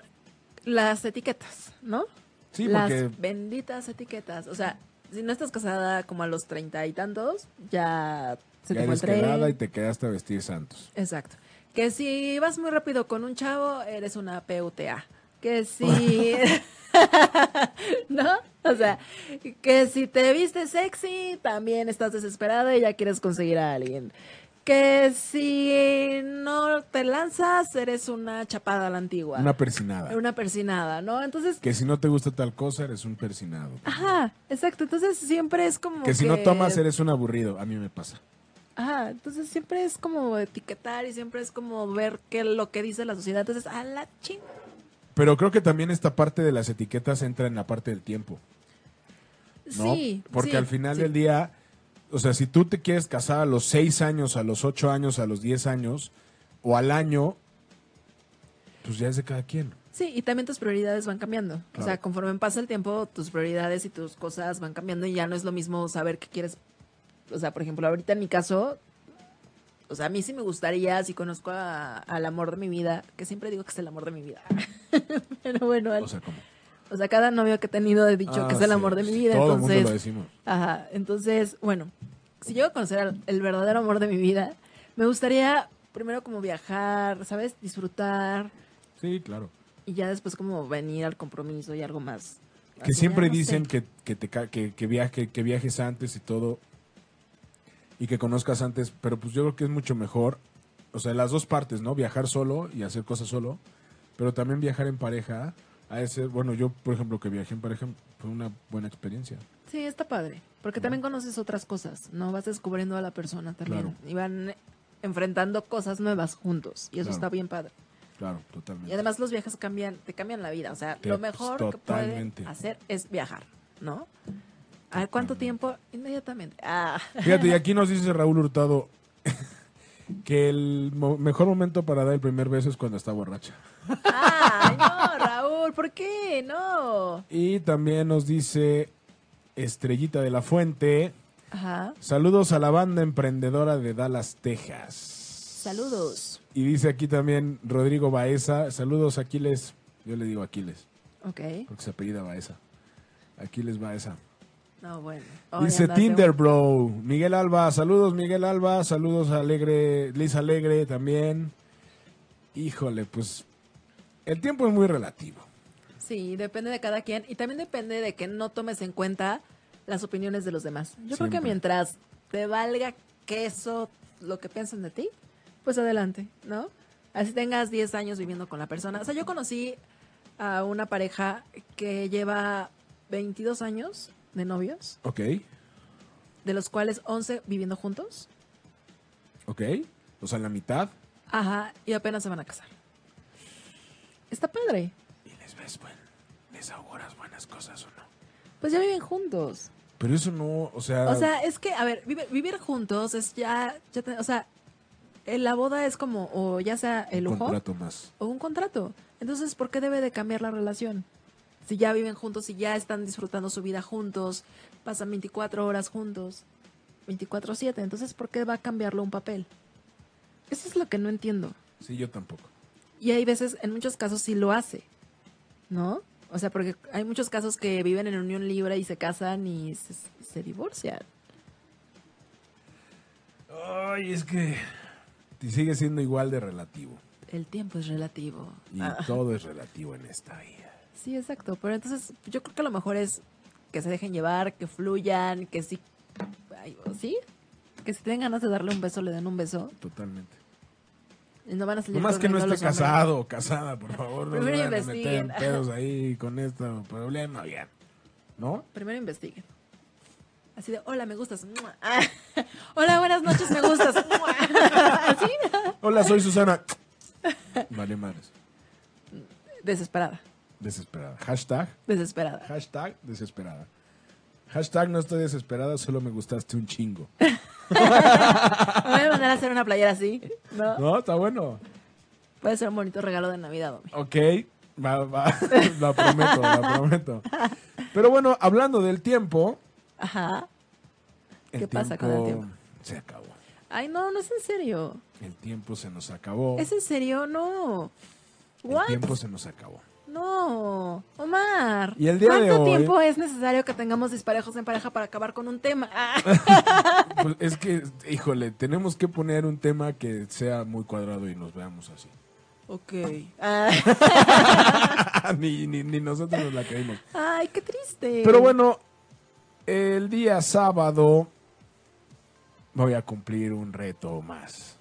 Las etiquetas, ¿no? sí, Las porque. benditas etiquetas. O sea, si no estás casada como a los treinta y tantos, ya se Ya te fue el eres tren. quedada y te quedaste a vestir santos. Exacto. Que si vas muy rápido con un chavo, eres una PUTA. Que si... ¿No? O sea, que si te viste sexy, también estás desesperada y ya quieres conseguir a alguien. Que si no te lanzas, eres una chapada a la antigua. Una persinada. Una persinada, ¿no? Entonces... Que si no te gusta tal cosa, eres un persinado. Ajá, exacto. Entonces siempre es como... que si no tomas, eres un aburrido. A mí me pasa. Ajá, entonces siempre es como etiquetar y siempre es como ver qué es lo que dice la sociedad. Entonces, a la ching. Pero creo que también esta parte de las etiquetas entra en la parte del tiempo, ¿no? Sí. Porque sí, al final sí. del día, o sea, si tú te quieres casar a los 6 años, a los 8 años, a los 10 años o al año, pues ya es de cada quien. Sí, y también tus prioridades van cambiando. O sea, Claro. conforme pasa el tiempo, tus prioridades y tus cosas van cambiando y ya no es lo mismo saber qué quieres. O sea, por ejemplo, ahorita en mi caso, o sea, a mí sí me gustaría, si conozco a- al amor de mi vida, que siempre digo que es el amor de mi vida. Pero bueno, al- O sea, como. o sea, cada novio que he tenido he dicho Ah, que es el sí, amor de mi sí, vida. Todo el mundo entonces, lo decimos. Ajá, entonces, bueno, si yo a conocer al- el verdadero amor de mi vida, me gustaría primero como viajar, ¿sabes? Disfrutar Sí, claro. y ya después como venir al compromiso y algo más. Que siempre dicen que, que, te, ca- que, que, viaje, que viajes antes y todo, y que conozcas antes, pero pues yo creo que es mucho mejor, o sea, las dos partes, ¿no? Viajar solo y hacer cosas solo, pero también viajar en pareja, a ese, bueno, yo, por ejemplo, que viajé en pareja, fue una buena experiencia. Sí, está padre, Ah. porque también conoces otras cosas, ¿no? Vas descubriendo a la persona también Claro. y van enfrentando cosas nuevas juntos y Claro. eso está bien padre. Claro, Y totalmente. además los viajes cambian, te cambian la vida, o sea, Te- lo mejor que pueden totalmente. hacer es viajar, ¿no? ¿A cuánto tiempo? Inmediatamente. Ah. Fíjate, y aquí nos dice Raúl Hurtado que el mo- mejor momento para dar el primer beso es cuando está borracha. Ay, no, Raúl, ¿por qué? No. Y también nos dice Estrellita de la Fuente. Ajá. Saludos a la banda emprendedora de Dallas, Texas. Saludos. Y dice aquí también Rodrigo Baeza. Saludos, Aquiles. Yo le digo Aquiles, Ok. porque se apellida Baeza. Aquiles Baeza. No, bueno. dice andas de Tinder, bro. Miguel Alba. Saludos, Miguel Alba. Saludos, a Alegre. Liz Alegre también. Híjole, pues. El tiempo es muy relativo. un- Sí, depende de cada quien y también depende de que no tomes en cuenta las opiniones de los demás. Yo creo que Siempre. mientras te valga queso lo que piensan de ti, pues adelante, ¿no? Así tengas 10 años viviendo con la persona. O sea, yo conocí a una pareja que lleva 22 años de novios, Ok, de los cuales 11 viviendo juntos. ok. O sea, la mitad. Ajá, y apenas se van a casar. Está padre. Y les ves, bueno, les auguras buenas cosas o no. Pues ya viven juntos. Pero eso no, o sea. O sea, es que, a ver, vive- vivir juntos es ya, ya te- o sea, eh, la boda es como, o ya sea el un lujo contrato más. o un contrato. Entonces, ¿por qué debe de cambiar la relación? Si ya viven juntos, si ya están disfrutando su vida juntos, pasan 24 horas juntos, 24/7, entonces, ¿por qué va a cambiarlo un papel? Eso es lo que no entiendo. Sí, yo tampoco. Y hay veces, en muchos casos sí lo hace, ¿no? O sea, porque hay muchos casos que viven en unión libre y se casan y se, se divorcian. Ay, es que y sigue siendo igual de relativo. El tiempo es relativo. Y Ah, todo es relativo en esta vida. sí, exacto. Pero entonces yo creo que lo mejor es que se dejen llevar, que fluyan, que sí. ay, ¿Sí? Que si tienen ganas de darle un beso, le den un beso. Totalmente. Y no van a salir Nomás que no corriendo esté los hombres. casado o casada, por favor. No se Primero vayan a investiguen. meter en pedos ahí con este problema, oigan. ¿No? Primero investiguen. Así de, hola, me gustas. Mua. Ah, hola, buenas noches, me gustas. Mua. Así, Hola, soy Susana. Vale, madres. desesperada, Desesperada. Hashtag. desesperada. Hashtag desesperada. Hashtag no estoy desesperada, solo me gustaste un chingo. Me voy a mandar a hacer una playera así, ¿no? No, está bueno. Puede ser un bonito regalo de Navidad, Domi. Ok, va, va. la prometo, la prometo. Pero bueno, hablando del tiempo. Ajá. ¿Qué pasa con el tiempo? Se acabó. Ay, no, no es en serio. El tiempo se nos acabó. ¿Es en serio? No. El What? tiempo se nos acabó. No. Omar. Y el día de ¿Cuánto hoy- tiempo es necesario que tengamos disparejos en pareja para acabar con un tema? Ah. Pues es que, híjole, tenemos que poner un tema que sea muy cuadrado y nos veamos así. ok. Ah. Ah, ni, ni, ni nosotros nos la creímos. Ay, qué triste. Pero bueno, el día sábado voy a cumplir un reto más.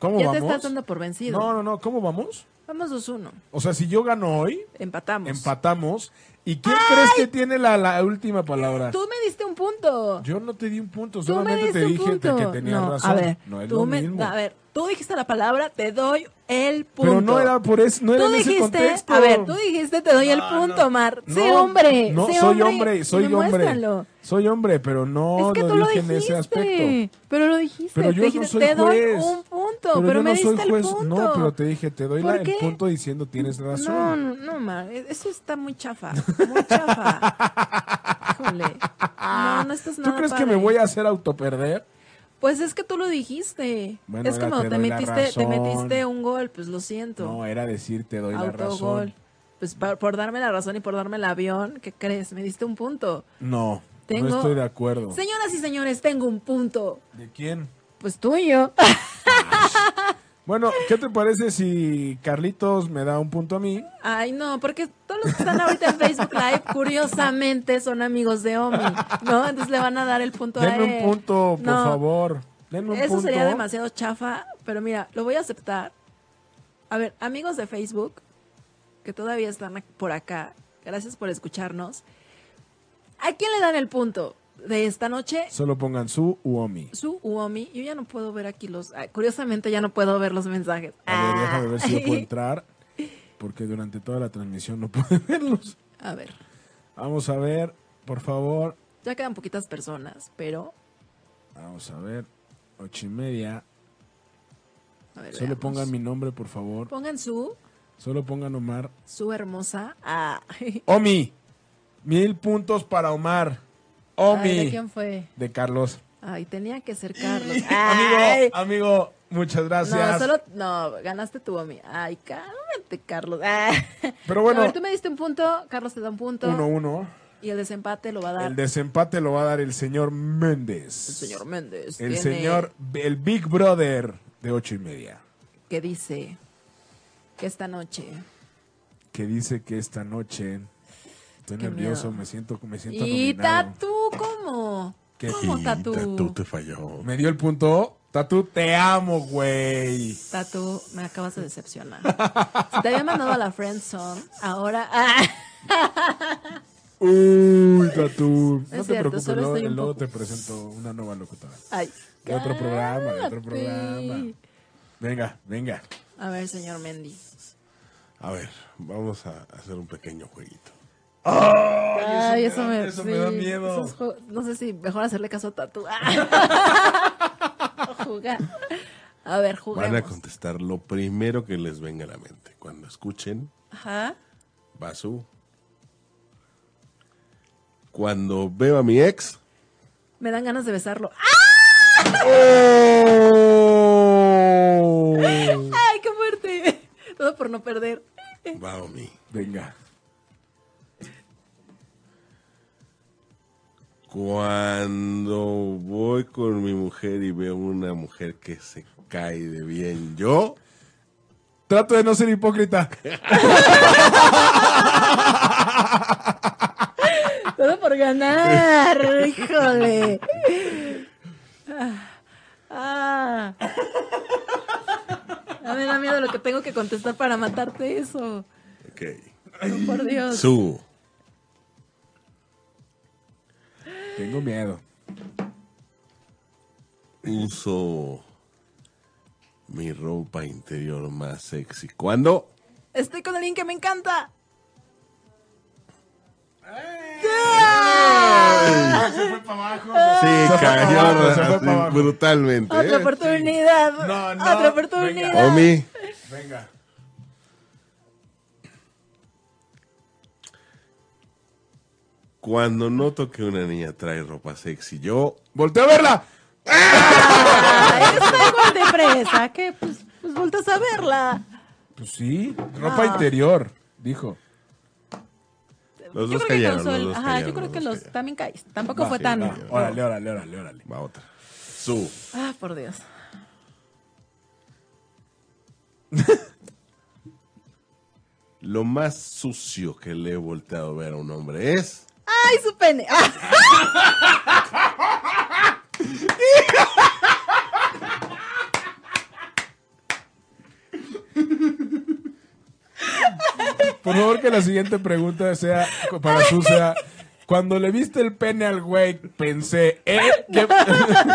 ¿Cómo Ya te vamos? estás dando por vencido. no, no, no, ¿cómo vamos? Vamos 2-1. O sea, si yo gano hoy, Empatamos. empatamos. ¿Y quién crees que tiene la, la última palabra? Tú me diste un punto. Yo no te di un punto, tú me solamente diste te un dije te- punto. que tenías no, razón. A ver, no es tú lo me- mismo. A ver, tú dijiste la palabra, te doy el punto. Pero no era por eso, no era Tú en ese dijiste, contexto. a ver, tú dijiste, te doy el punto, Omar. sé No, hombre. No, sé soy hombre, soy y hombre. demuéstralo. Soy hombre, pero no es que lo tú lo dije dijiste. en ese aspecto. Pero lo dijiste. Pero yo te no dijiste, soy te juez. doy un punto, Pero, pero, yo me no soy diste juez. el punto. No, pero te dije, te doy ¿Por la- el qué? punto diciendo tienes No, razón. no, no, Omar, e- eso está muy chafa, muy chafa. Híjole. No, no estás nada ¿Tú crees que padre. me voy a hacer autoperder? Pues es que tú lo dijiste. Bueno, es era, como te te doy la metiste, te razón. metiste un gol, pues lo siento. No, era decir, te doy la Autogol. razón. Pues por, por darme la razón y por darme el avión, ¿qué crees? Me diste un punto. No, Tengo- no estoy de acuerdo. Señoras y señores, tengo un punto. ¿De quién? Pues tuyo. Bueno, ¿qué te parece si Carlitos me da un punto a mí? Ay, no, porque todos los que están ahorita en Facebook Live, curiosamente, son amigos de Omi, ¿no? Entonces le van a dar el punto a él. Denme un punto, por Pues, No. favor. Denme un Eso punto. sería demasiado chafa, pero mira, lo voy a aceptar. A ver, amigos de Facebook, que todavía están ac- por acá, gracias por escucharnos. ¿A quién le dan el punto de esta noche? Solo pongan su uomi. Su Uomi, yo ya no puedo ver aquí los... ah, Curiosamente ya no puedo ver los mensajes. A ver, déjame ver si yo puedo Ah. entrar. Porque durante toda la transmisión no pude verlos. A ver, Vamos a ver, por favor. ya quedan poquitas personas, pero... Vamos a ver. Ocho y media. A ver, Solo veamos. pongan mi nombre, por favor. Pongan su, Solo pongan Omar. su hermosa... Ah. Omi. Mil puntos para Omar. Omi. Ay, ¿De de, quién fue? Carlos. Ay, tenía que ser Carlos. Ay. Amigo, amigo, muchas gracias. No, solo, no, ganaste tú a mí. Ay, cálmate, Carlos. Ah. Pero bueno. A ver, tú me diste un punto, Carlos te da un punto. Uno, uno. Y el desempate lo va a dar El el desempate lo va a dar el señor Méndez. Ah. señor Méndez. El Tiene- señor, el Big Brother de ocho y media, Que dice que esta noche. que dice que esta noche estoy Qué nervioso, miedo. me siento, me siento Y nominado. Tatú, ¿cómo? ¿Qué? ¿Cómo Y Tatú? Tatú te falló. Me dio el punto, Tatu, te amo, güey. Tatú, me acabas de decepcionar. Si te había mandado a la Friend Zone, ahora. Ah. Uy, Tatu. No te cierto, preocupes, solo luego, estoy un luego poco- te presento una nueva locutora. Ay, De otro programa, de otro cállate. programa. Venga, venga. A ver, señor Mendy. A ver, vamos a hacer un pequeño jueguito. Ay, eso, me, eso me da miedo. esos jue- no sé si mejor hacerle caso a Tatu. O jugar. A ver, Van a juguemos. contestar lo primero que les venga a la mente. Cuando escuchen, Ajá. Basú. Cuando veo a mi ex, Me dan ganas de besarlo. ¡Ah! ¡Ay, qué fuerte! Todo por no perder. va a mí. Venga. Cuando voy con mi mujer y veo una mujer que se cae de bien. Yo, Trato de no ser hipócrita. Todo por ganar, híjole. Ah. Ah. Me da miedo lo que tengo que contestar para matarte eso. ok, Oh, por Dios. subo. Tengo miedo. Uso mi ropa interior más sexy. ¿Cuándo? Estoy con alguien que me encanta. Eh. Se fue para abajo. Sí, cayó abajo, se fue así para abajo. brutalmente. ¿eh? Otra oportunidad. No, no, Otra venga. oportunidad. Omi, Venga. cuando noto que una niña trae ropa sexy, yo ¡Volteo a verla! Ay, está igual de fresa. Que pues, pues voltas a verla. Pues sí, ropa interior, dijo. Los yo dos creo cayeron, que causó los el- dos Ajá, cayeron, yo creo los que dos los cayeron. también caíste. Tampoco Va, fue sí, tan. va. Ah, Órale, órale, órale, órale. va otra. Su. Ah, por Dios. Lo más sucio que le he volteado a ver a un hombre es. ¡Ay, su pene! Ah, Por favor, que la siguiente pregunta sea para su sea. Cuando le viste el pene al güey, pensé, ¿eh? ¿Qué,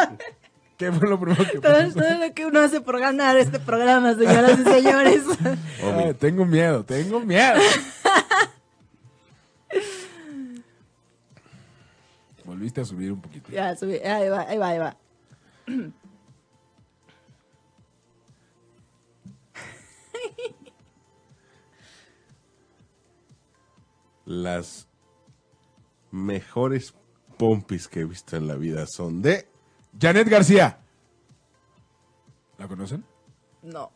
¿Qué fue lo primero que todo, pensó? todo lo que uno hace por ganar este programa, señoras y señores. Omi. Ay, tengo miedo, tengo miedo. Volviste a subir un poquito. ya, subí. Ahí va, ahí va, ahí va. Las mejores pompis que he visto en la vida son de. Janet García. ¿La conocen? No.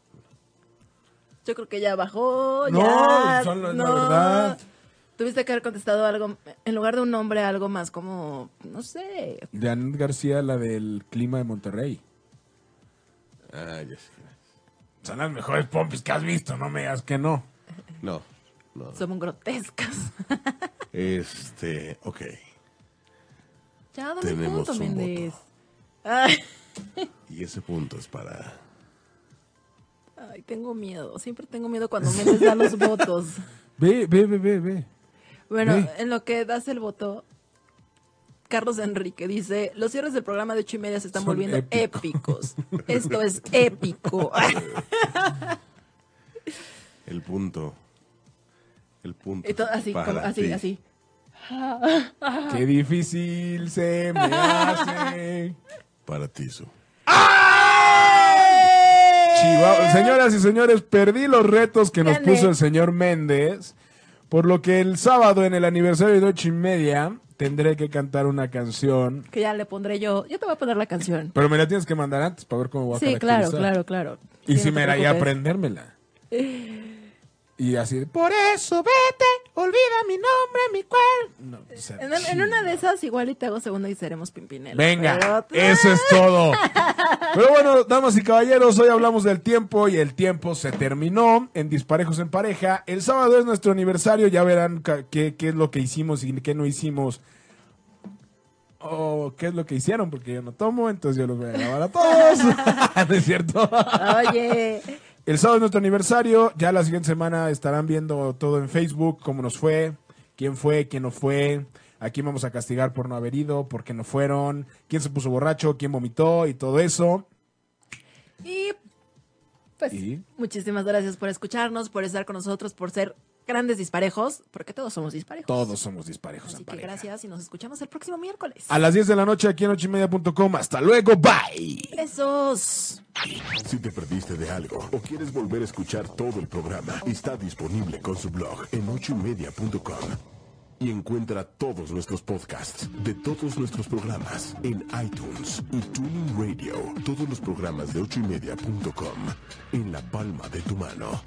Yo creo que ya bajó. No, ya, son la- la no. verdad. Tuviste que haber contestado algo, en lugar de un nombre, algo más como, no sé. Janet García, la del clima de Monterrey. Ah, ya sé quién es. Son las mejores pompis que has visto, no me digas que no. No, no. Somos grotescas. Este, ok. ya, dame el Tenemos punto, un voto. Méndez. Ay, Y ese punto es para. ay, tengo miedo. Siempre tengo miedo cuando Méndez da los votos. Ve, ve, ve, ve, ve. Bueno, Sí. en lo que das el voto, Carlos Enrique dice: Los cierres del programa de ocho y media se están Son volviendo épicos. Esto es épico. El punto. El punto. Y todo así, para como- así, ti. así. Qué difícil se me hace. Para ti, Su. Chihuahua. Señoras y señores, perdí los retos que nos Gané. puso el señor Méndez. Por lo que el sábado, en el aniversario de ocho y media, tendré que cantar una canción. Que ya le pondré yo. Yo te voy a poner la canción. Pero me la tienes que mandar antes para ver cómo voy a Sí, claro, caracterizar. claro, claro. Y Sí, si no te me la y preocupes. aprendérmela. Y así, de, por eso vete, olvida mi nombre, mi cuerpo. No, o sea, En, en una de esas, igual y te hago segunda y seremos Pimpinela. Venga, Pero- eso es todo. Pero bueno, damas y caballeros, hoy hablamos del tiempo y el tiempo se terminó en Disparejos en Pareja. El sábado es nuestro aniversario, ya verán ca- qué, qué es lo que hicimos y qué no hicimos. O qué es lo que hicieron, porque yo no tomo, entonces yo los voy a grabar a todos. ¿No es cierto? Oye, El sábado es nuestro aniversario. Ya la siguiente semana estarán viendo todo en Facebook, cómo nos fue, quién fue, quién no fue. Aquí vamos a castigar por no haber ido, por qué no fueron, quién se puso borracho, quién vomitó y todo eso. y pues Y- muchísimas gracias por escucharnos, por estar con nosotros, por ser grandes disparejos, porque todos somos disparejos. Todos somos disparejos Así pues, en que pareja. gracias y nos escuchamos el próximo miércoles. A las 10 de la noche aquí en ochimedia.com. Hasta luego, bye. Besos. Si te perdiste de algo o quieres volver a escuchar todo el programa, está disponible con su blog en ochoymedia.com. Y encuentra todos nuestros podcasts de todos nuestros programas en iTunes y Tuning Radio. Todos los programas de ochoymedia.com en la palma de tu mano.